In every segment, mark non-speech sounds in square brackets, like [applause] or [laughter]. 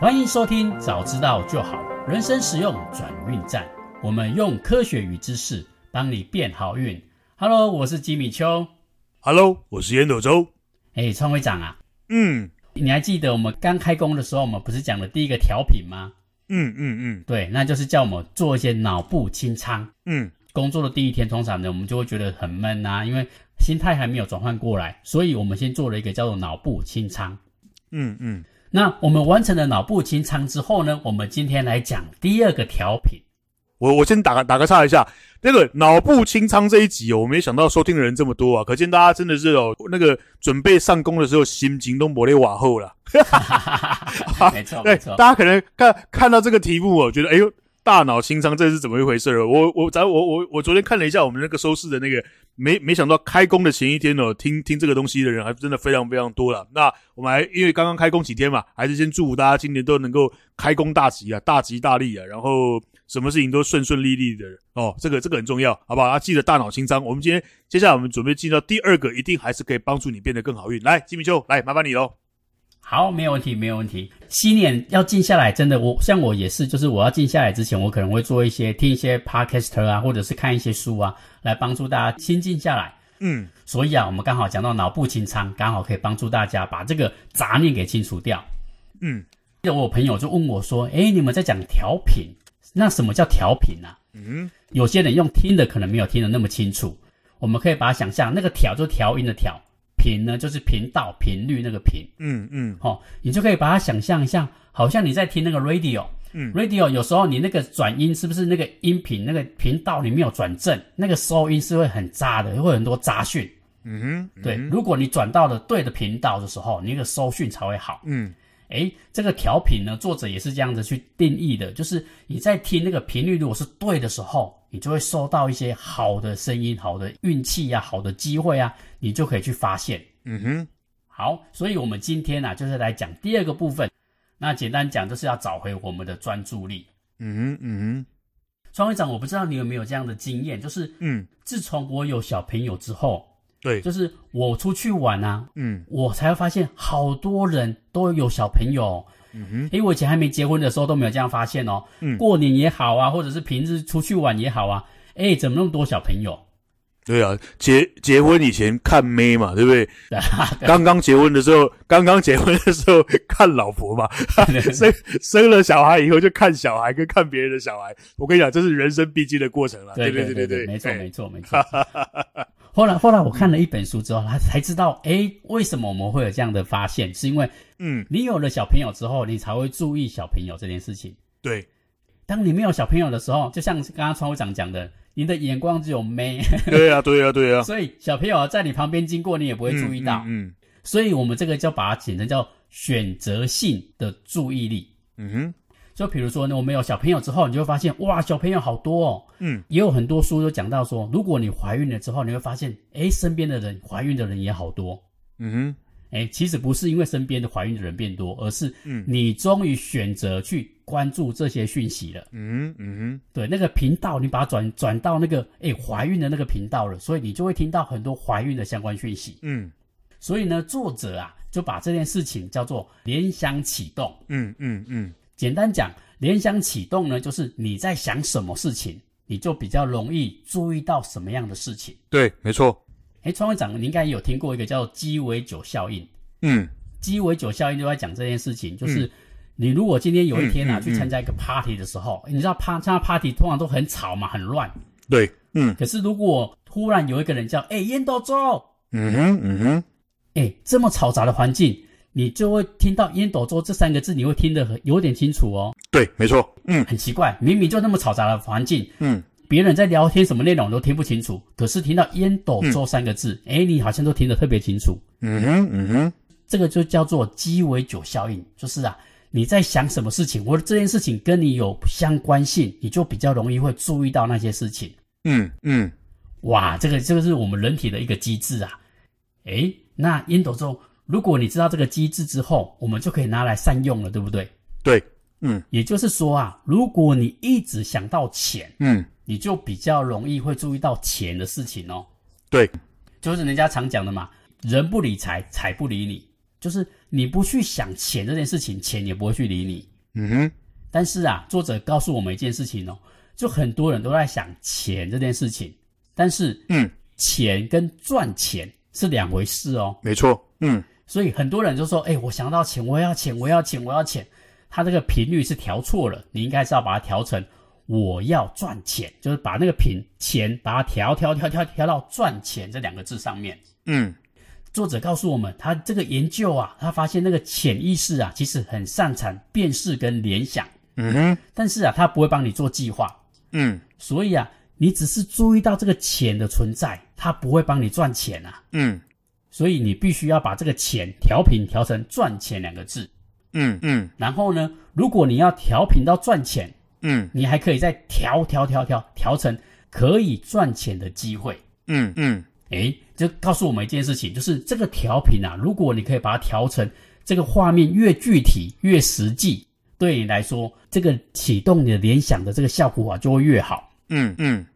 欢迎收听《早知道就好》，人生实用转运站。我们用科学与知识帮你变好运。Hello，我是吉米秋。 Hello，我是烟斗周。哎，创会长啊，嗯你还记得我们刚开工的时候，我们不是讲的第一个调频吗？嗯嗯嗯对，那就是叫我们做一些脑部清仓。嗯，工作的第一天，通常呢，我们就会觉得很闷啊，因为心态还没有转换过来，所以我们先做了一个叫做脑部清仓。嗯嗯，那我们完成了脑部清仓之后呢，我们今天来讲第二个调频。我我先打个打个岔一下，那个脑部清仓这一集哦，我没想到收听的人这么多啊，可见大家真的是哦，那个准备上工的时候心情都磨得瓦后了。没错，没对，错。大家可能看看到这个题目哦，觉得哎呦，大脑清仓这是怎么一回事儿？我我咱我我我昨天看了一下我们那个收视的那个，没没想到开工的前一天哦，听听这个东西的人还真的非常非常多了。那我们还因为刚刚开工几天嘛，还是先祝福大家今年都能够开工大吉啊，大吉大利啊，然后什么事情都顺顺利利的哦，这个这个很重要，好不好？啊、记得大脑清仓。我们今天接下来我们准备进到第二个，一定还是可以帮助你变得更好运。来，金明秋，来麻烦你喽。好，没有问题，没有问题。新年要静下来，真的，我像我也是，就是我要静下来之前，我可能会做一些听一些 podcaster 啊，或者是看一些书啊，来帮助大家心静下来。嗯所以啊，我们刚好讲到脑部清仓，刚好可以帮助大家把这个杂念给清除掉。嗯记得我有朋友就问我说：“诶，你们在讲调频，那什么叫调频啊？”嗯有些人用听的可能没有听得那么清楚，我们可以把它想象，那个调就是调音的调，频呢就是频道、频率那个频。嗯嗯哦，你就可以把它想象一下，好像你在听那个 radio，嗯，radio 有时候你那个转音是不是那个音频那个频道里面有转正，那个收音是会很渣的，会有很多杂讯。嗯哼，对，如果你转到了对的频道的时候，你那个收讯才会好。嗯。诶，这个调频呢，作者也是这样子去定义的，就是你在听那个频率如果是对的时候，你就会收到一些好的声音、好的运气呀、好的机会啊，你就可以去发现。嗯哼，好，所以我们今天呢、啊，就是来讲第二个部分。那简单讲，就是要找回我们的专注力。嗯哼，嗯创会长，我不知道你有没有这样的经验，就是哼，嗯，自从我有小朋友之后，对，就是我出去玩啊，嗯我才会发现好多人都有小朋友。嗯哼，因为我以前还没结婚的时候都没有这样发现哦。嗯过年也好啊，或者是平日出去玩也好啊，哎，怎么那么多小朋友？对啊，结结婚以前看妹嘛，对不 [laughs] 对？对啊刚刚结婚的时候，刚刚结婚的时候看老婆 [laughs] 嘛，对对生生了小孩以后就看小孩跟看别人的小孩。我跟你讲，这是人生必经的过程了。对啊对对对对，没错哎没错没 [laughs] 错。后来后来我看了一本书之后，他才知道，哎，为什么我们会有这样的发现？是因为嗯，你有了小朋友之后，你才会注意小朋友这件事情。对，当你没有小朋友的时候，就像刚刚川会长讲的，你的眼光只有妹，对啊，对啊，对 [laughs] [laughs] 啊，所以小朋友在你旁边经过，你也不会注意到。嗯所以我们这个就把它简称叫选择性的注意力。嗯嗯就比如说呢，我们有小朋友之后，你就会发现，哇，小朋友好多哦。嗯也有很多书都讲到说，如果你怀孕了之后，你会发现，哎，身边的人怀孕的人也好多。嗯哼，哎，其实不是因为身边的怀孕的人变多，而是嗯你终于选择去关注这些讯息了。嗯嗯对，那个频道你把它转转到那个哎怀孕的那个频道了，所以你就会听到很多怀孕的相关讯息。嗯所以呢，作者啊就把这件事情叫做联想启动。嗯嗯嗯简单讲，联想启动呢，就是你在想什么事情，你就比较容易注意到什么样的事情。对，没错，哎，川会长，你应该有听过一个叫鸡尾酒效应。嗯鸡尾酒效应就在讲这件事情，就是你如果今天有一天啊、嗯嗯去参加一个 party 的时候，你知道趴参加 party 通常都很吵嘛，很乱。对，嗯可是如果忽然有一个人叫哎烟斗周，嗯哼嗯哼。哎这么嘈杂的环境，你就会听到烟斗周这三个字，你会听得很有点清楚哦。对，没错。嗯很奇怪，明明就那么嘈杂的环境，嗯别人在聊天什么内容都听不清楚，可是听到“烟斗周”三个字，哎、你好像都听得特别清楚。嗯哼嗯哼这个就叫做鸡尾酒效应，就是啊，你在想什么事情，或者这件事情跟你有相关性，你就比较容易会注意到那些事情。嗯嗯哇，这个这个是我们人体的一个机制啊。哎，那烟斗周，如果你知道这个机制之后，我们就可以拿来善用了，对不对？对，嗯也就是说啊，如果你一直想到钱，嗯你就比较容易会注意到钱的事情哦。对，就是人家常讲的嘛，人不理财，财不理你。就是你不去想钱这件事情，钱也不会去理你。嗯哼，但是啊，作者告诉我们一件事情哦，就很多人都在想钱这件事情，但是嗯，钱跟赚钱是两回事哦。没错，嗯，所以很多人就说：“哎、我想到钱，我要钱，我要钱，我要钱。”他这个频率是调错了，你应该是要把它调成“我要赚钱”，就是把那个频钱把它调调调调调到赚钱这两个字上面。嗯，作者告诉我们，他这个研究啊，他发现那个潜意识啊，其实很擅长辨识跟联想，嗯哼，但是啊，他不会帮你做计划，嗯所以啊，你只是注意到这个钱的存在，他不会帮你赚钱啊。嗯所以你必须要把这个钱调频调成“赚钱”两个字。嗯嗯然后呢，如果你要调频到赚钱，嗯你还可以再调调调调调成可以赚钱的机会。嗯嗯诶，这告诉我们一件事情，就是这个调频啊，如果你可以把它调成这个画面越具体越实际，对你来说，这个启动你的联想的这个效果啊就会越好。嗯嗯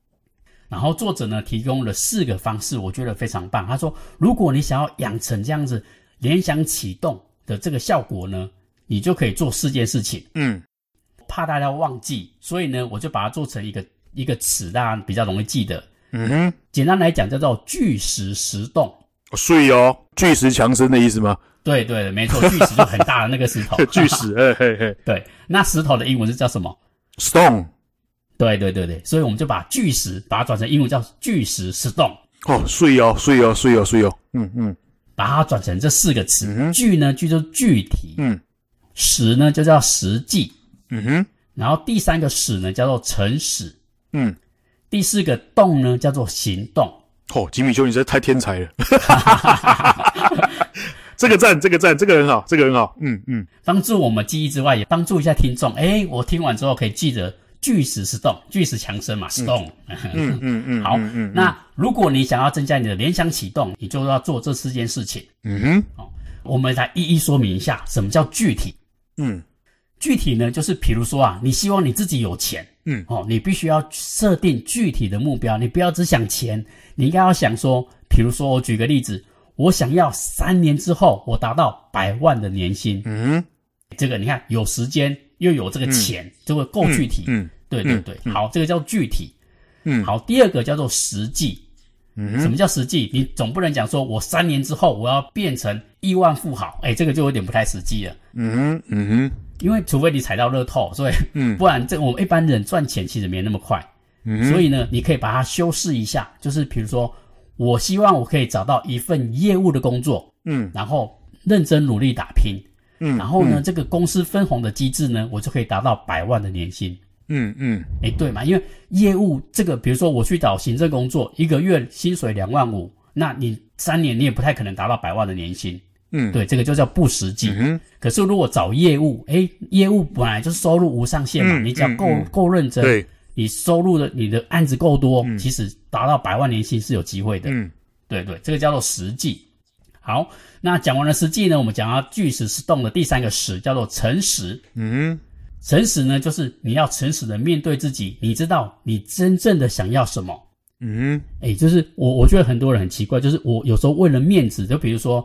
然后作者呢提供了四个方式，我觉得非常棒。他说，如果你想要养成这样子联想启动的这个效果呢，你就可以做四件事情。嗯怕大家忘记，所以呢，我就把它做成一个一个词，大家比较容易记得。嗯哼，简单来讲，叫做据实实动。睡哦，巨石强森的意思吗？，对对对，没错，巨石就很大的那个石头 [laughs] 巨。石，嘿嘿嘿 [laughs] 对，那石头的英文是叫什么？ ，stone，对对对对，所以我们就把巨石把它转成英文叫巨石石动，哦，睡哦，睡哦，睡哦，睡哦，嗯嗯把它转成这四个词。嗯哼据呢，据就是具体，嗯实呢就叫实际，嗯哼，然后第三个实呢叫做诚实，嗯，第四个动呢叫做行动。哦，吉米丘，你实在太天才了， [laughs] 这个赞，这个赞，这个很好，这个很好，嗯嗯帮助我们记忆之外，也帮助一下听众。哎，我听完之后可以记得巨石是动，巨石强森嘛是动。 [laughs] 嗯嗯嗯，好，嗯嗯那如果你想要增加你的联想启动，你就要做这四件事情。嗯哼，我们来一一说明一下什么叫具体。嗯具体呢，就是比如说啊，你希望你自己有钱，嗯哦，你必须要设定具体的目标，你不要只想钱，你应该要想说，比如说我举个例子，我想要三年之后我达到百万的年薪，嗯这个你看有时间又有这个钱，就会够具体。嗯对对对，好，这个叫具体。嗯好，第二个叫做实际。嗯什么叫实际？你总不能讲说我三年之后我要变成亿万富豪，哎，这个就有点不太实际了。嗯嗯因为除非你踩到乐透，所以嗯 [laughs] 不然这我们一般人赚钱其实没那么快。嗯所以呢，你可以把它修饰一下，就是比如说，我希望我可以找到一份业务的工作，嗯然后认真努力打拼，嗯然后呢，这个公司分红的机制呢，我就可以达到百万的年薪。嗯嗯哎，对嘛？因为业务这个，比如说我去找行政工作，一个月薪水两万五，那你三年你也不太可能达到百万的年薪。嗯对，这个就叫不实际。嗯可是如果找业务，哎，业务本来就是收入无上限嘛，嗯你只要够、嗯嗯够认真，对，你收入的你的案子够多，其实达到百万年薪是有机会的。嗯对对，这个叫做实际。好，那讲完了实际呢，我们讲到据实是动的第三个实，叫做诚实。嗯诚实呢，就是你要诚实的面对自己，你知道你真正的想要什么。嗯哎，就是我，我觉得很多人很奇怪，就是我有时候为了面子，就比如说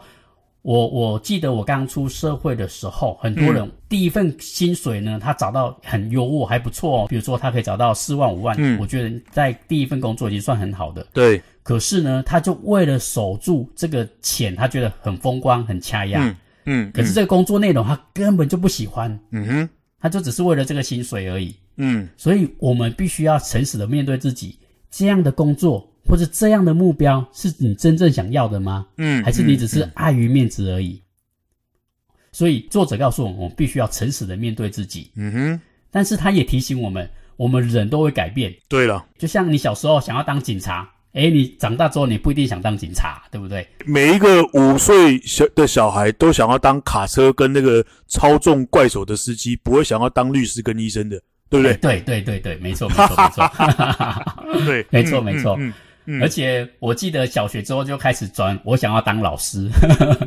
我，我记得我刚出社会的时候，很多嗯人第一份薪水呢，他找到很优渥，还不错哦，比如说他可以找到四万五万，嗯我觉得在第一份工作已经算很好的。对，可是呢，他就为了守住这个钱，他觉得很风光、很掐压。嗯嗯，可是这个工作内容他根本就不喜欢，嗯哼他就只是为了这个薪水而已。嗯所以我们必须要诚实的面对自己，这样的工作或者这样的目标是你真正想要的吗？嗯，还是你只是碍于面子而已？所以作者告诉我们，我们必须要诚实的面对自己，嗯哼，但是他也提醒我们，我们人都会改变。对了，就像你小时候想要当警察，诶，你长大之后你不一定想当警察，对不对？每一个五岁小的小孩都想要当卡车跟那个操纵怪手的司机，不会想要当律师跟医生的，对不诶对？对对对对，没错没错没 [laughs] 错。对，没错没错嗯，嗯而且我记得小学之后就开始转，我想要当老师。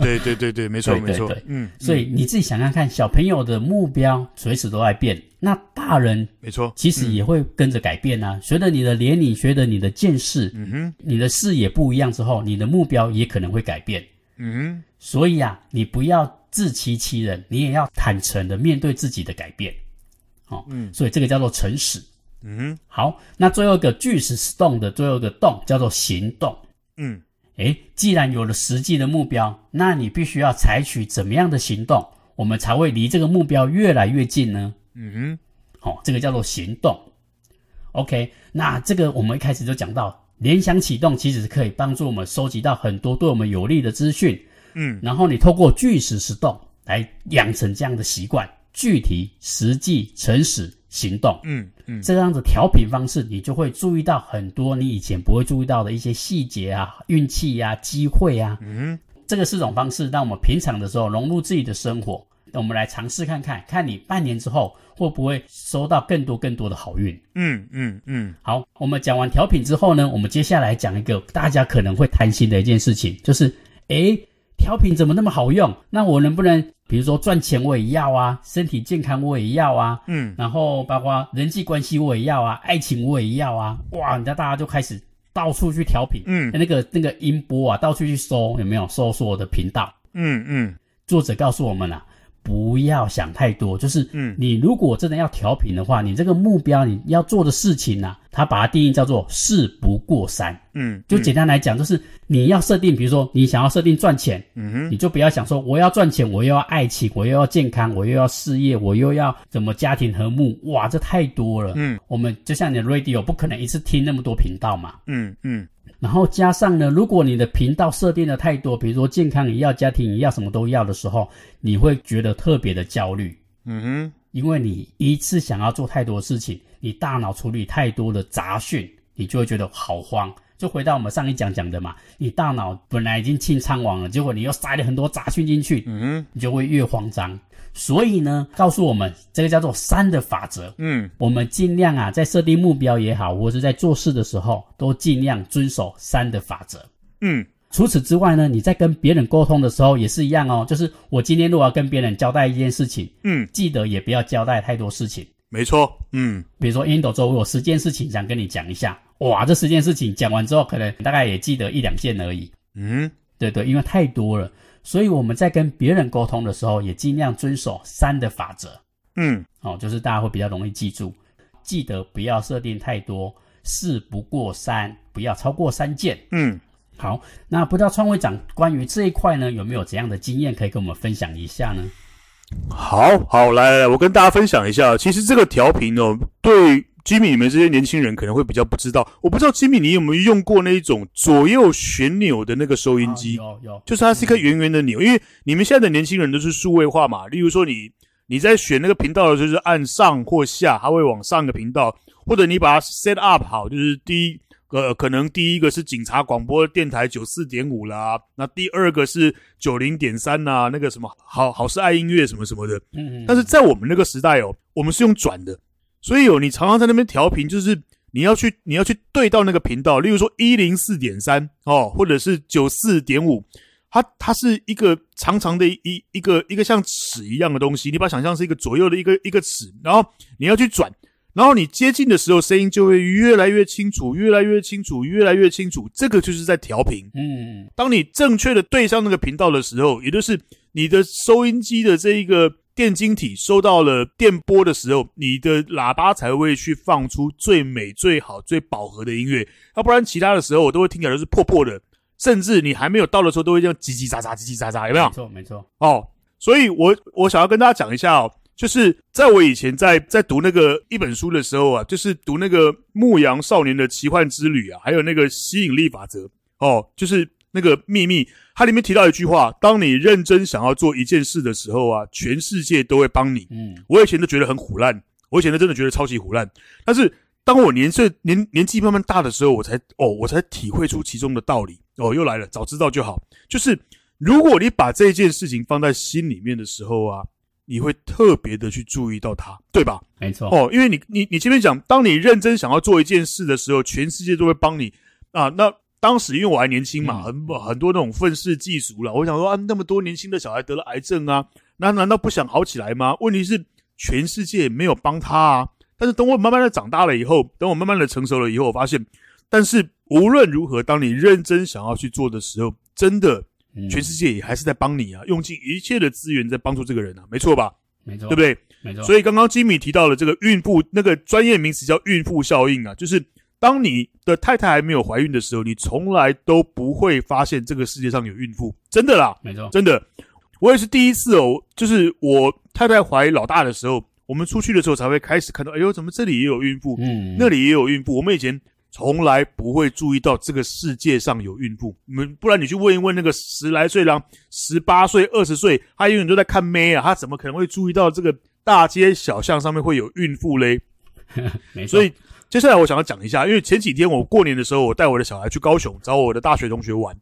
对对对对，没错对没错对对，嗯，所以你自己想想看，小朋友的目标随时都在变，那大人没错，其实也会跟着改变啊。随着你的年龄，随着你的见识，嗯嗯哼，你的视野不一样之后，你的目标也可能会改变。嗯所以啊，你不要自欺欺人，你也要坦诚的面对自己的改变。哦，嗯所以这个叫做诚实。嗯好，那最后一个巨石 stone 的最后一个动叫做行动。嗯诶，既然有了实际的目标，那你必须要采取怎么样的行动，我们才会离这个目标越来越近呢？嗯好、这个叫做行动。OK，那这个我们一开始就讲到，联想启动其实是可以帮助我们收集到很多对我们有利的资讯，嗯然后你透过据实实动来养成这样的习惯，具体、实际、诚实、行动。嗯嗯这样的调频方式，你就会注意到很多你以前不会注意到的一些细节啊、运气啊、机会啊。嗯这个四种方式，让我们平常的时候融入自己的生活。那我们来尝试看看，看你半年之后会不会收到更多更多的好运。嗯嗯嗯，好，我们讲完调品之后呢，我们接下来讲一个大家可能会贪心的一件事情，就是诶，调品怎么那么好用？那我能不能，比如说赚钱我也要啊，身体健康我也要啊，嗯然后包括人际关系我也要啊，爱情我也要啊，哇，人家大家就开始到处去调频，欸嗯那个那个音波啊，到处去搜有没有搜索我的频道？嗯嗯作者告诉我们啦、啊不要想太多，就是嗯你如果真的要调频的话，你这个目标你要做的事情呢、它把它定义叫做事不过三。嗯，就简单来讲，就是你要设定，比如说你想要设定赚钱，嗯哼你就不要想说我要赚钱，我又要爱情，我又要健康，我又要事业，我又要怎么家庭和睦，哇，这太多了。嗯，我们就像你的 radio 不可能一次听那么多频道嘛。嗯嗯然后加上呢，如果你的频道设定的太多，比如说健康也要、家庭也要、什么都要的时候，你会觉得特别的焦虑，嗯哼因为你一次想要做太多事情，你大脑处理太多的杂讯，你就会觉得好慌。就回到我们上一讲讲的嘛，你大脑本来已经清仓网了，结果你又塞了很多杂讯进去，嗯哼你就会越慌张。所以呢，告诉我们这个叫做三的法则，嗯我们尽量啊，在设定目标也好，或是在做事的时候，都尽量遵守三的法则。嗯除此之外呢，你在跟别人沟通的时候也是一样哦，就是我今天如果要跟别人交代一件事情，嗯，记得也不要交代太多事情。没错，嗯比如说 Indo 周，我有十件事情想跟你讲一下，哇，这十件事情讲完之后，可能大概也记得一两件而已，嗯对对，因为太多了，所以我们在跟别人沟通的时候，也尽量遵守三的法则。嗯哦，就是大家会比较容易记住。记得不要设定太多，事不过三，不要超过三件。嗯好，那不知道创会长关于这一块呢，有没有怎样的经验可以跟我们分享一下呢？好好，来来来，我跟大家分享一下，其实这个调频哦，对吉米你们这些年轻人可能会比较不知道，我不知道吉米你有没有用过那一种左右旋钮的那个收音机，哦有有，就是它是一颗圆圆的钮，因为你们现在的年轻人都是数位化嘛，例如说你你在选那个频道的时候，就是按上或下，它会往上一个频道，或者你把它 set up 好，就是第一呃可能第一个是警察广播电台九四点五啦，那第二个是九零点三呐，那个什么好好是爱音乐什么什么的，嗯嗯，但是在我们那个时代哦，我们是用转的，所以哦，你常常在那边调频，就是你要去你要去对到那个频道，例如说一零四点三哦，或者是九四点五，它它是一个长长的一一个一个像尺一样的东西，你把它想象是一个左右的一个一个尺，然后你要去转。然后你接近的时候，声音就会越来越清楚，越来越清楚，越来越清楚。这个就是在调频。嗯嗯当你正确的对上那个频道的时候，也就是你的收音机的这一个电晶体收到了电波的时候，你的喇叭才会去放出最美、最好、最饱和的音乐。要不然其他的时候，我都会听起来都是破破的，甚至你还没有到的时候，都会这样叽叽喳喳、叽叽喳喳，有没有没？错没错，哦，所以我我想要跟大家讲一下哦，就是在我以前在在读那个一本书的时候啊，就是读那个《牧羊少年的奇幻之旅》啊，还有那个《吸引力法则》哦，就是那个秘密，它里面提到一句话：当你认真想要做一件事的时候啊，全世界都会帮你。嗯我以前都觉得很虎烂，我以前都真的觉得超级虎烂，但是当我年岁年年纪慢慢大的时候，我才哦，我才体会出其中的道理。哦，又来了，早知道就好。就是如果你把这件事情放在心里面的时候啊，你会特别的去注意到它，对吧？没错，哦，因为你你你前面讲，当你认真想要做一件事的时候，全世界都会帮你啊。那当时因为我还年轻嘛，很很多那种愤世嫉俗了。我想说啊，那么多年轻的小孩得了癌症啊，那难道不想好起来吗？问题是全世界没有帮他啊。但是等我慢慢的长大了以后，等我慢慢的成熟了以后，我发现，但是无论如何，当你认真想要去做的时候，真的嗯全世界也还是在帮你啊，用尽一切的资源在帮助这个人啊，没错吧？没错，对不？对？没错，所以刚刚吉米提到了这个孕妇那个专业名词叫孕妇效应啊，就是当你的太太还没有怀孕的时候，你从来都不会发现这个世界上有孕妇，真的啦，没错，真的。我也是第一次哦，就是我太太怀老大的时候，我们出去的时候才会开始看到，哎呦，怎么这里也有孕妇，嗯，那里也有孕妇。我们以前从来不会注意到这个世界上有孕妇，你们不然你去问一问那个十来岁啦、十八岁、二十岁，他永远都在看妹啊，他怎么可能会注意到这个大街小巷上面会有孕妇嘞？没错，所以接下来我想要讲一下，因为前几天我过年的时候，我带我的小孩去高雄找我的大学同学玩，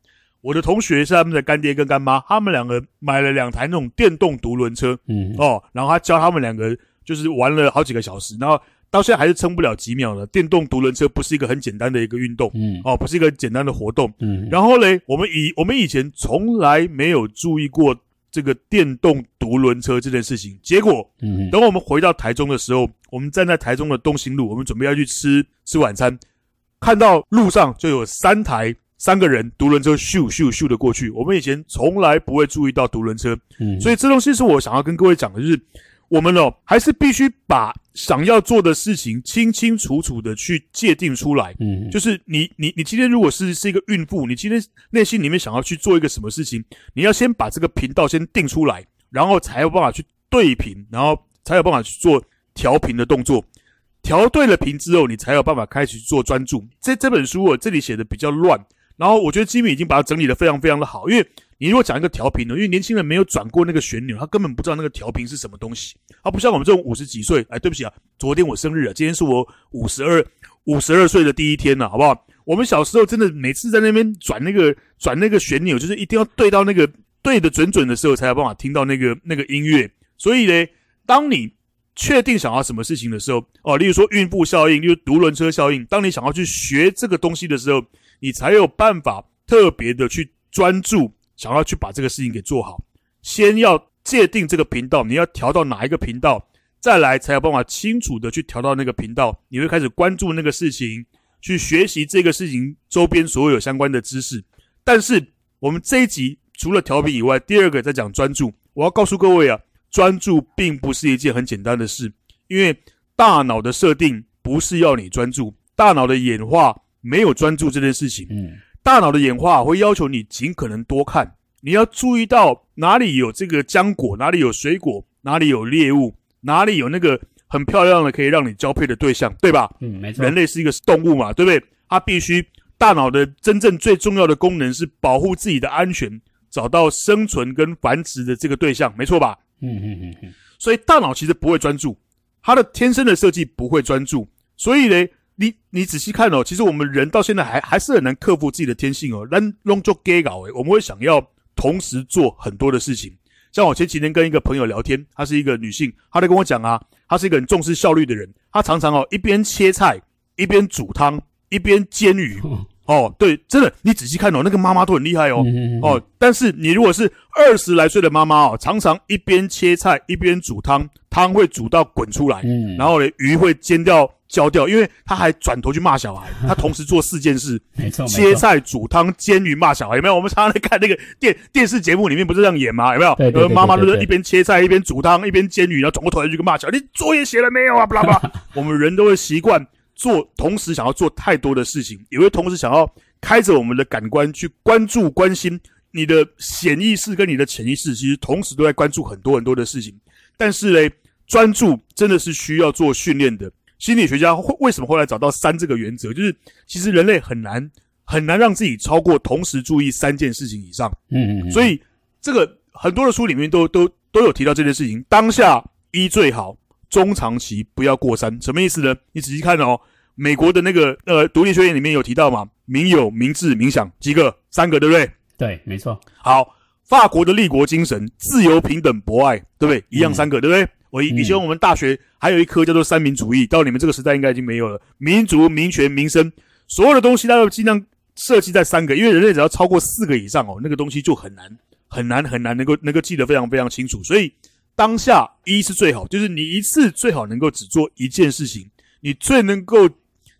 我的同学是他们的干爹跟干妈，他们两个买了两台那种电动独轮车，嗯，哦，然后他教他们两个就是玩了好几个小时，然后到现在还是撑不了几秒了。电动独轮车不是一个很简单的一个运动嗯哦，不是一个简单的活动。嗯，然后嘞，我们以我们以前从来没有注意过这个电动独轮车这件事情。结果嗯，等我们回到台中的时候，我们站在台中的东兴路，我们准备要去吃吃晚餐，看到路上就有三台。三个人独轮车咻咻咻的过去，我们以前从来不会注意到独轮车，嗯，所以这东西是我想要跟各位讲的是，我们哦还是必须把想要做的事情清清楚楚的去界定出来。嗯，就是你你你今天如果是是一个孕妇，你今天内心里面想要去做一个什么事情，你要先把这个频道先定出来，然后才有办法去对频，然后才有办法去做调频的动作。调对了频之后，你才有办法开始做专注。这这本书我这里写的比较乱，然后我觉得吉米已经把它整理的非常非常的好，因为你如果讲一个调频呢，因为年轻人没有转过那个旋钮，他根本不知道那个调频是什么东西。他不像我们这种五十几岁，哎，对不起啊，昨天我生日啊，今天是我五十二五十二岁的第一天了、好不好？我们小时候真的每次在那边转那个转那个旋钮，就是一定要对到那个对的准准的时候，才有办法听到那个那个音乐。所以呢，当你确定想要什么事情的时候，哦，例如说孕妇效应，例如独轮车效应，当你想要去学这个东西的时候，你才有办法特别的去专注，想要去把这个事情给做好。先要界定这个频道，你要调到哪一个频道，再来才有办法清楚的去调到那个频道。你会开始关注那个事情，去学习这个事情周边所有相关的知识。但是我们这一集除了调频以外，第二个在讲专注。我要告诉各位啊，专注并不是一件很简单的事，因为大脑的设定不是要你专注，大脑的演化没有专注这件事情。嗯大脑的演化会要求你尽可能多看，你要注意到哪里有这个浆果，哪里有水果，哪里有猎物，哪里有那个很漂亮的可以让你交配的对象，对吧？嗯，没错人，类是一个动物嘛，对不对？它必须大脑的真正最重要的功能是保护自己的安全，找到生存跟繁殖的这个对象，没错吧？嗯嗯嗯所以大脑其实不会专注，它的天生的设计不会专注。所以呢，你你仔细看哦，其实我们人到现在还还是很难克服自己的天性哦。咱弄就 gay 搞诶，我们会想要同时做很多的事情。像我前几天跟一个朋友聊天，她是一个女性，她在跟我讲啊，她是一个很重视效率的人，她常常哦一边切菜，一边煮汤，一边煎鱼。嗯，哦，对，真的，你仔细看哦，那个妈妈都很厉害哦。嗯哦，但是你如果是二十来岁的妈妈哦，常常一边切菜一边煮汤，汤会煮到滚出来，嗯，然后呢鱼会煎掉焦掉，因为她还转头去骂 [laughs] 小孩，她同时做四件事：哦没错，切，菜、煮汤、煎鱼、骂小孩。有没有？我们常常在看那个电电视节目里面不是这样演吗？有没有？对对对有的妈妈对就对是一边切菜一边煮汤一边煎鱼，然后转过头来就跟骂小 [laughs] 孩：“你作业写了没有啊？”巴拉巴拉。我们人都会习惯做同时想要做太多的事情，也会同时想要开着我们的感官去关注、关心你的潜意识跟你的潜意识，其实同时都在关注很多很多的事情。但是嘞，专注真的是需要做训练的。心理学家会为什么后来找到三这个原则？就是其实人类很难很难让自己超过同时注意三件事情以上。嗯嗯，所以以这个很多的书里面都都都有提到这件事情。当下一最好，中长期不要过三，什么意思呢？你仔细看哦，美国的那个呃独立宣言里面有提到嘛，民有、民治、民享几个三个，对不对？对，没错，好，法国的立国精神，自由、平等、博爱，对不对？一样三个，对不对？我以嗯以前我们大学还有一科叫做三民主义，到你们这个时代应该已经没有了。民族、民权、民生，所有的东西它都尽量设计在三个，因为人类只要超过四个以上哦，那个东西就很难很难很难能够能够记得非常非常清楚。所以当下一是最好，就是你一次最好能够只做一件事情，你最能够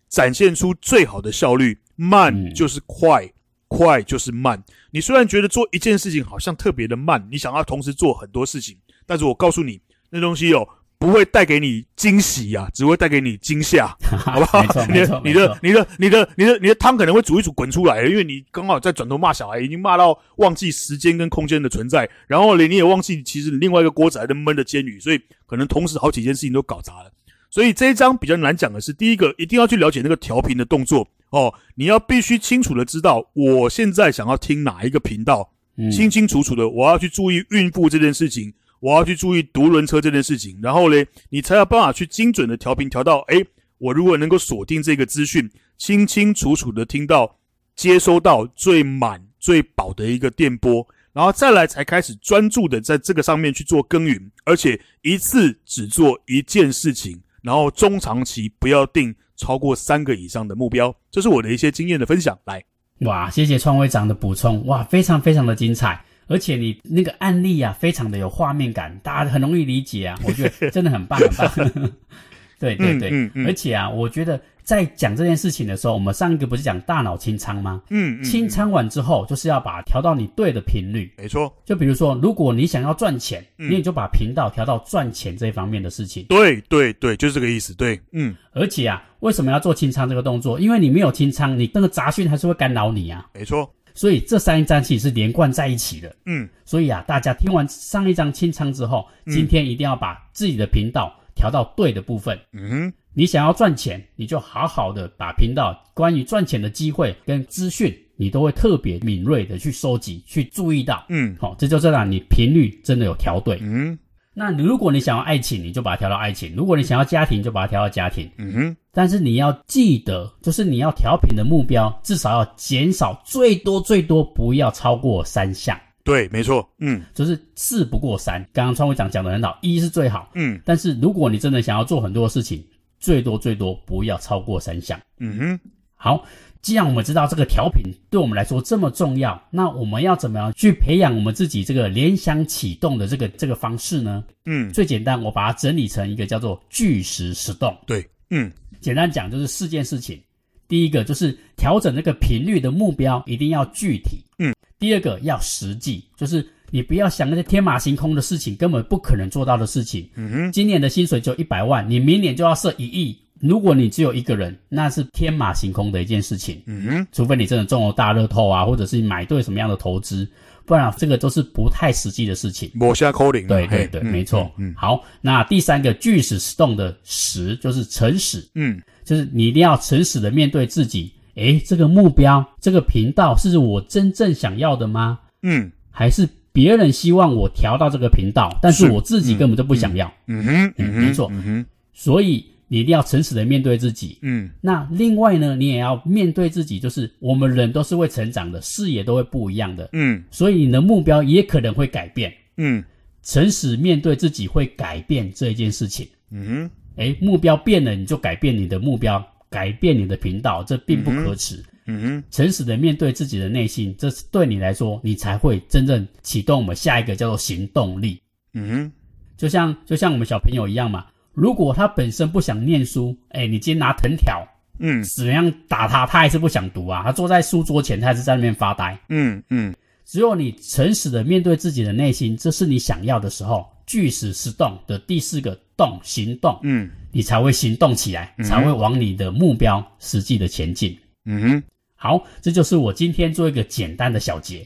展现出最好的效率。慢嗯就是快，快就是慢。你虽然觉得做一件事情好像特别的慢，你想要同时做很多事情，但是我告诉你，那东西哦不会带给你惊喜呀、只会带给你惊吓。好不好 [laughs] 没错？你没的错，你没的错你的你的你的你的汤可能会煮一煮滚出来，因为你刚好在转头骂小孩，已经骂到忘记时间跟空间的存在，然后连你也忘记其实另外一个锅子还在闷着煎鱼，所以可能同时好几件事情都搞砸了。所以这一章比较难讲的是，第一个一定要去了解那个调频的动作哦，你要必须清楚的知道我现在想要听哪一个频道，嗯，清清楚楚的，我要去注意孕妇这件事情，我要去注意独轮车这件事情，然后嘞，你才有办法去精准的调频调到，诶，我如果能够锁定这个资讯，清清楚楚的听到、接收到最满、最饱的一个电波，然后再来才开始专注的在这个上面去做耕耘，而且一次只做一件事情，然后中长期不要定超过三个以上的目标，这是我的一些经验的分享，来。哇，谢谢创会长的补充，哇，非常非常的精彩，而且你那个案例啊，非常的有画面感，大家很容易理解 [laughs] 啊，我觉得真的很棒，很棒。 [laughs] 对对对，嗯嗯嗯而且啊，我觉得在讲这件事情的时候，我们上一个不是讲大脑清仓吗？嗯，嗯清，仓完之后，就是要把调到你对的频率。没错，就比如说，如果你想要赚钱，嗯你也就把频道调到赚钱这一方面的事情。对对对，就是这个意思。对，嗯，而且啊，为什么要做清仓这个动作？因为你没有清仓，你那个杂讯还是会干扰你啊。没错，所以这三章其实是连贯在一起的。嗯，所以啊，大家听完上一章清仓之后，嗯今天一定要把自己的频道调到对的部分。嗯你想要赚钱，你就好好的把频道关于赚钱的机会跟资讯，你都会特别敏锐的去收集、去注意到。嗯好、这就是让你频率真的有调对。嗯那你如果你想要爱情，你就把它调到爱情；如果你想要家庭，就把它调到家庭。嗯但是你要记得，就是你要调频的目标，至少要减少最多最多不要超过三项，对，没错，嗯就是事不过三。刚刚川会长讲的很好，一是最好，嗯但是如果你真的想要做很多事情，最多最多不要超过三项。嗯哼，好，既然我们知道这个调频对我们来说这么重要，那我们要怎么样去培养我们自己这个联想启动的这个这个方式呢？嗯，最简单，我把它整理成一个叫做巨石实动。对，嗯简单讲就是四件事情。第一个就是调整那个频率的目标一定要具体，嗯。第二个要实际，就是你不要想那些天马行空的事情，根本不可能做到的事情。嗯哼，今年的薪水就一百万，你明年就要设一亿。如果你只有一个人，那是天马行空的一件事情，嗯哼，除非你真的中了大乐透啊，或者是买对什么样的投资，不然这个都是不太实际的事情。抹下扣零，对对对，没错。嗯好，那第三个巨石石洞的石就是诚实，嗯就是你一定要诚实的面对自己。诶，这个目标，这个频道是我真正想要的吗？嗯还是别人希望我调到这个频道，但是是我自己根本就不想要？嗯哼，没错嗯哼，所以你一定要诚实的面对自己。嗯那另外呢，你也要面对自己，就是我们人都是会成长的，视野都会不一样的，嗯所以你的目标也可能会改变。嗯诚实面对自己会改变这件事情。嗯诶，目标变了，你就改变你的目标，改变你的频道，这并不可耻。嗯诚实的面对自己的内心，这是对你来说，你才会真正启动我们下一个叫做行动力。嗯就像就像我们小朋友一样嘛，如果他本身不想念书，哎，你今天拿藤条嗯怎样打他，他还是不想读啊，他坐在书桌前，他还是在那边发呆。嗯嗯只有你诚实的面对自己的内心，这是你想要的时候，据实是动的第四个动行动，嗯你才会行动起来，才会往你的目标实际的前进。嗯哼，好，这就是我今天做一个简单的小结。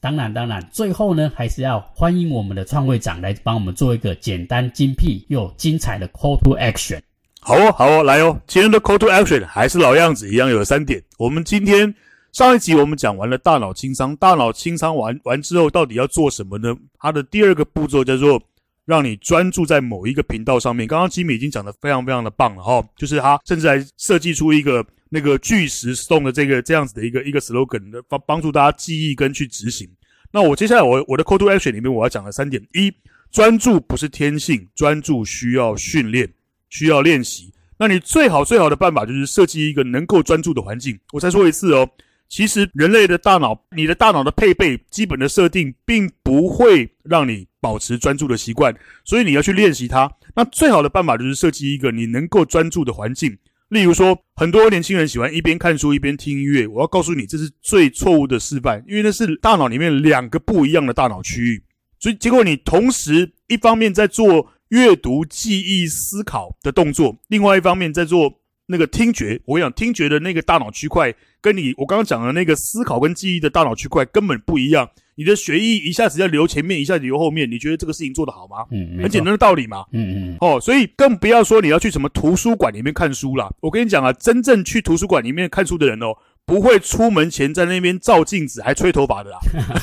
当然，当然，最后呢，还是要欢迎我们的创会长来帮我们做一个简单、精辟又精彩的 call to action。好哦，好哦，来哦！今天的 call to action 还是老样子，一样有三点。我们今天上一集我们讲完了大脑清仓，大脑清仓完完之后到底要做什么呢？它的第二个步骤叫做让你专注在某一个频道上面。刚刚吉米已经讲的非常非常的棒了哈、就是他甚至还设计出一个那个巨石 stone 的这个这样子的一个一个 slogan，的帮帮助大家记忆跟去执行。那我接下来我我的 call to action 里面我要讲的三点：一、专注不是天性，专注需要训练，需要练习。那你最好最好的办法就是设计一个能够专注的环境。我再说一次哦，其实人类的大脑，你的大脑的配备基本的设定，并不会让你保持专注的习惯，所以你要去练习它。那最好的办法就是设计一个你能够专注的环境，例如说，很多年轻人喜欢一边看书一边听音乐，我要告诉你，这是最错误的示范，因为那是大脑里面两个不一样的大脑区域。所以结果你同时一方面在做阅读、记忆、思考的动作，另外一方面在做那个听觉。我跟你讲，听觉的那个大脑区块跟你我刚刚讲的那个思考跟记忆的大脑区块根本不一样。你的血液一下子要流前面，一下子流后面，你觉得这个事情做得好吗？嗯，没很简错，单的道理嘛。 [laughs] 嗯嗯哦，所以更不要说你要去什么图书馆里面看书啦。我跟你讲啊，真正去图书馆里面看书的人哦，不会出门前在那边照镜子还吹头发 [laughs] 的啦。 [laughs]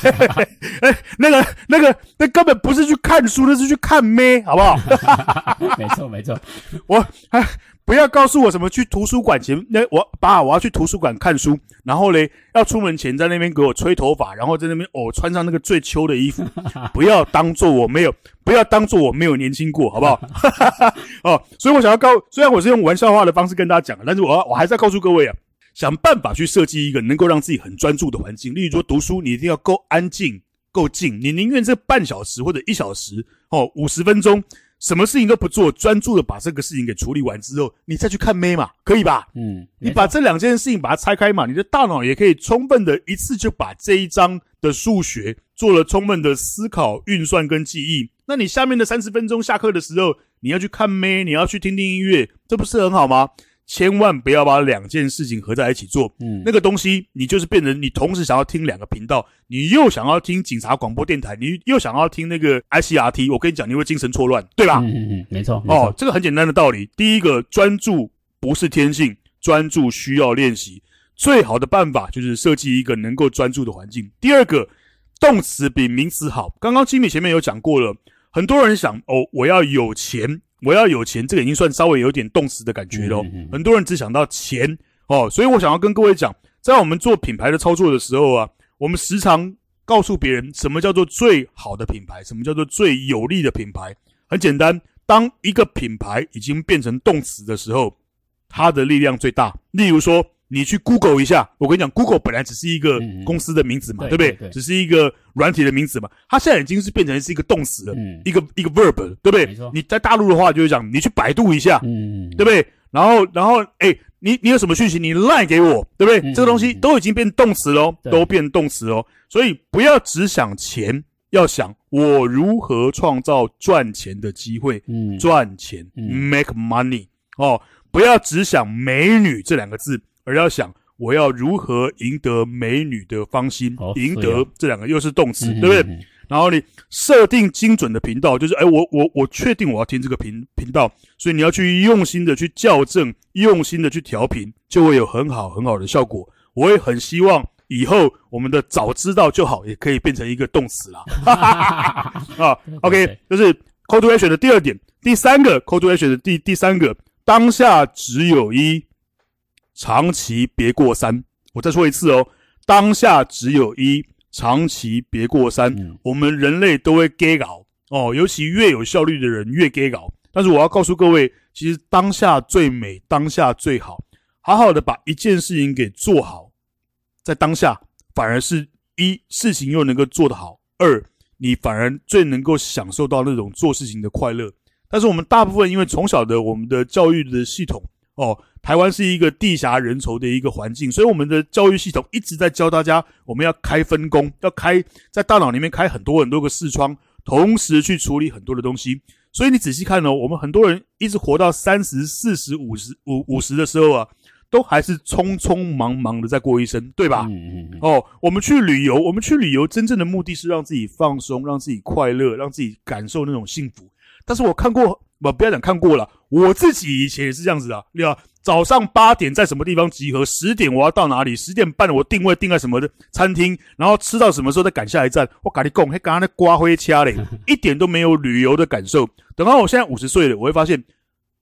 哎、那个、那个、那根本不是去看书，那是去看妹，好不好？嗯，没错没错，我、哎不要告诉我什么去图书馆前，那我爸我要去图书馆看书，然后嘞要出门前在那边给我吹头发，然后在那边哦穿上那个最秋的衣服， [laughs] 不要当做我没有，不要当做我没有年轻过，好不 [laughs] 好？哦，所以我想要告，虽然我是用玩笑话的方式跟大家讲，但是我要我还是要告诉各位啊，想办法去设计一个能够让自己很专注的环境，例如说读书，你一定要够安静、够静，你宁愿这半小时或者一小时哦，五十分钟。什么事情都不做，专注的把这个事情给处理完之后，你再去看妹嘛，可以吧？嗯，你把这两件事情把它拆开嘛，你的大脑也可以充分的一次就把这一章的数学做了充分的思考、运算跟记忆。那你下面的三十分钟下课的时候，你要去看妹，你要去听听音乐，这不是很好吗？千万不要把两件事情合在一起做，嗯那个东西你就是变成你同时想要听两个频道，你又想要听警察广播电台，你又想要听那个 ICRT，我跟你讲，你会精神错乱，对吧？嗯嗯嗯，没错没哦错，，这个很简单的道理。第一个，专注不是天性，专注需要练习。最好的办法就是设计一个能够专注的环境。第二个，动词比名词好。刚刚经理前面有讲过了，很多人想哦，我要有钱，我要有钱，这个已经算稍微有点动词的感觉了哦。嗯嗯嗯很多人只想到钱哦，所以我想要跟各位讲，在我们做品牌的操作的时候啊，我们时常告诉别人什么叫做最好的品牌，什么叫做最有力的品牌。很简单，当一个品牌已经变成动词的时候，它的力量最大。例如说，你去 Google 一下，我跟你讲，Google 本来只是一个嗯嗯公司的名字嘛，对对不对？对对只是一个软体的名字嘛，它现在已经是变成是一个动词了，嗯一个一个 verb，了对不没对错？你在大陆的话，就是讲你去百度一下，嗯，对不对？然后，然后，哎，你你有什么讯息，你赖给我，对不对？嗯这个东西都已经变动词喽，对都变动词喽，所以不要只想钱，要想我如何创造赚钱的机会，嗯，赚钱、嗯 m a k e money 哦，不要只想美女这两个字，而要想我要如何赢得美女的芳心，哦赢是得哦这两个又是动词，嗯对不对？？嗯然后你设定精准的频道，就是哎，我我我确定我要听这个频频道，所以你要去用心的去校正，用心的去调频，就会有很好很好的效果。我也很希望以后我们的早知道就好，也可以变成一个动词啦。啊，OK，这是 call to action 的第二点，第三个 call to action 的第第三个，当下只有一，长期别过三。我再说一次哦，当下只有一，长期别过三。嗯我们人类都会 gay 搞哦，尤其越有效率的人越 gay 搞。但是我要告诉各位，其实当下最美，当下最好，好好的把一件事情给做好，在当下反而是一事情又能够做得好，二你反而最能够享受到那种做事情的快乐。但是我们大部分因为从小的我们的教育的系统哦，台湾是一个地狭人稠的一个环境，所以我们的教育系统一直在教大家，我们要开分工，要开在大脑里面开很多很多个视窗，同时去处理很多的东西。所以你仔细看哦，我们很多人一直活到三十四十五十五五十的时候啊，都还是匆匆忙忙的在过一生，对吧？嗯嗯哦，我们去旅游，我们去旅游，真正的目的是让自己放松，让自己快乐，让自己感受那种幸福。但是我看过，不不要讲看过了，我自己以前也是这样子啊，对吧？早上八点在什么地方集合，十点我要到哪里，十点半我定位定在什么的餐厅，然后吃到什么时候再赶下一站。我跟你讲，还刚刚那刮灰掐嘞，一点都没有旅游的感受。等到我现在五十岁了，我会发现，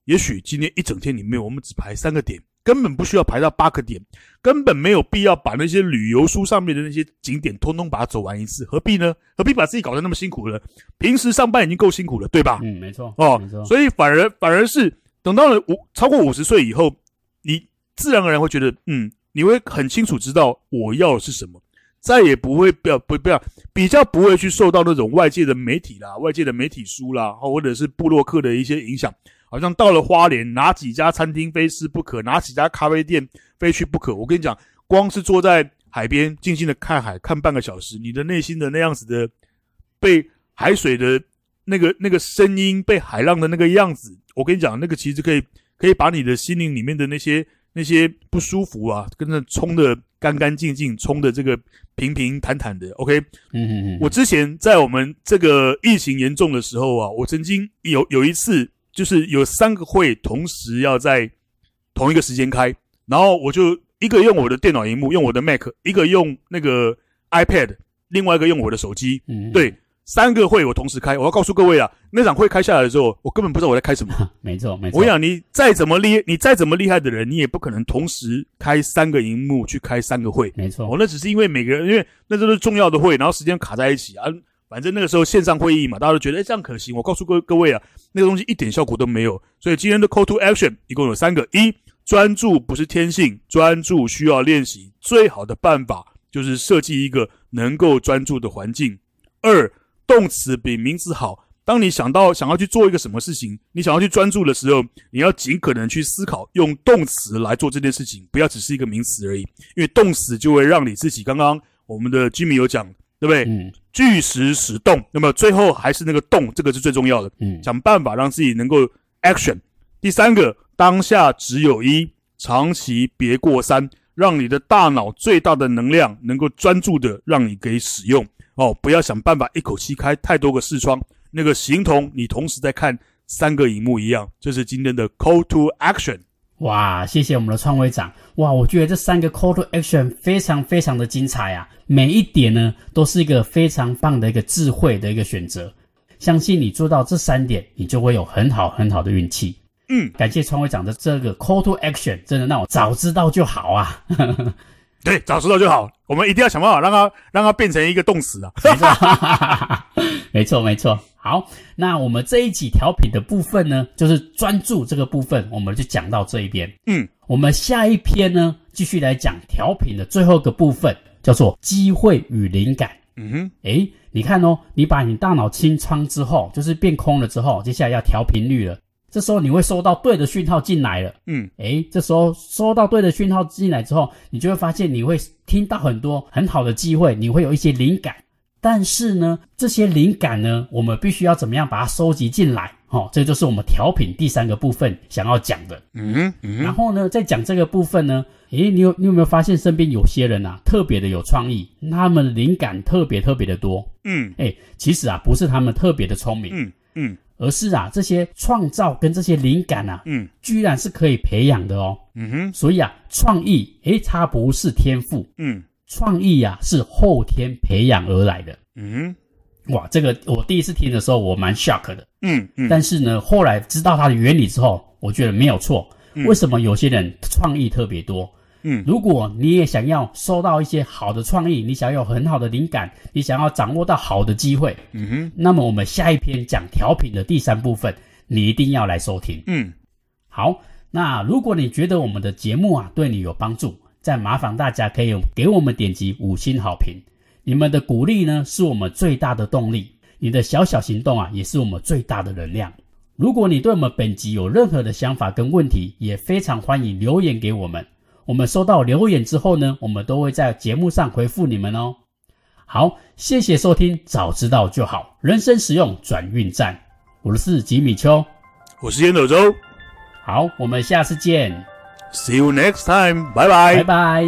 也许今天一整天里面，我们只排三个点，根本不需要排到八个点。根本没有必要把那些旅游书上面的那些景点通通把它走完一次，何必呢？何必把自己搞得那么辛苦呢？平时上班已经够辛苦了，对吧？嗯，没错，哦没错，，所以反而反而是等到了五超过五十岁以后，你自然而然会觉得，嗯，你会很清楚知道我要的是什么，再也不会不要不不要比较不会去受到那种外界的媒体啦、外界的媒体书啦，或者是布洛克的一些影响。好像到了花莲，哪几家餐厅非吃不可，哪几家咖啡店非去不可。我跟你讲，光是坐在海边静静的看海，看半个小时，你的内心的那样子的被海水的那个那个声音，被海浪的那个样子，我跟你讲，那个其实可以可以把你的心灵里面的那些那些不舒服啊，跟着冲的干干净净，冲的这个平平坦坦的。OK，嗯嗯嗯，我之前在我们这个疫情严重的时候啊，我曾经有有一次，就是有三个会同时要在同一个时间开，然后我就一个用我的电脑荧幕，用我的 Mac，一个用那个 iPad，另外一个用我的手机，嗯，对，三个会我同时开。我要告诉各位啊，那场会开下来的时候，我根本不知道我在开什么。嗯 [laughs] 没错没错，我跟你讲，你再怎么厉，你再怎么厉害的人，你也不可能同时开三个荧幕去开三个会。没错，哦，那只是因为每个人，因为那都是重要的会，然后时间卡在一起啊。反正那个时候线上会议嘛，大家都觉得哎、这样可行。我告诉各各位啊，那个东西一点效果都没有。所以今天的 call to action 一共有三个：一、专注不是天性，专注需要练习。最好的办法就是设计一个能够专注的环境。二、动词比名词好。当你想到想要去做一个什么事情，你想要去专注的时候，你要尽可能去思考，用动词来做这件事情，不要只是一个名词而已。因为动词就会让你自己刚刚我们的 Jimmy 有讲，对不对？嗯据实使动，那么最后还是那个动，这个是最重要的，嗯，想办法让自己能够 action。第三个，当下只有一，长期别过三，让你的大脑最大的能量能够专注的让你给使用哦，不要想办法一口气开太多个视窗，那个形同你同时在看三个荧幕一样。这是今天的 call to action。哇，谢谢我们的创会长。哇，我觉得这三个 call to action 非常非常的精彩啊，每一点呢都是一个非常棒的一个智慧的一个选择。相信你做到这三点，你就会有很好很好的运气。嗯，感谢创会长的这个 call to action，真的让我早知道就好啊。对，早知道就好，我们一定要想办法让它让它变成一个动词啊。没错， [laughs] 没错，没错。好，那我们这一集调频的部分呢，就是专注这个部分，我们就讲到这一边。嗯，我们下一篇呢，继续来讲调频的最后一个部分，叫做机会与灵感。嗯哼，诶，你看哦，你把你大脑清仓之后，就是变空了之后，接下来要调频率了。这时候你会收到对的讯号进来了。嗯诶，这时候收到对的讯号进来之后，你就会发现你会听到很多很好的机会，你会有一些灵感。但是呢，这些灵感呢，我们必须要怎么样把它收集进来？哦，这就是我们调品第三个部分想要讲的。嗯哼嗯然哼，后呢，在讲这个部分呢，诶，你有你有没有发现身边有些人啊，特别的有创意，他们灵感特别特别的多。嗯诶，其实啊，不是他们特别的聪明，嗯嗯而是啊，这些创造跟这些灵感啊，嗯居然是可以培养的哦。嗯哼所以啊，创意诶，它不是天赋，嗯创意啊是后天培养而来的。嗯哇，这个我第一次听的时候我蛮 shock 的，嗯嗯，但是呢，后来知道它的原理之后，我觉得没有错。为什么有些人创意特别多？嗯如果你也想要收到一些好的创意，你想要有很好的灵感，你想要掌握到好的机会，嗯哼那么我们下一篇讲调频的第三部分，你一定要来收听。嗯好，那如果你觉得我们的节目啊对你有帮助，再麻烦大家可以给我们点击五星好评。你们的鼓励呢，是我们最大的动力。你的小小行动啊，也是我们最大的能量。如果你对我们本集有任何的想法跟问题，也非常欢迎留言给我们。我们收到留言之后呢，我们都会在节目上回复你们哦。好，谢谢收听，早知道就好，人生实用转运站。我是吉米秋，我是烟斗周好，我们下次见。 ，See you next time，拜拜。拜拜。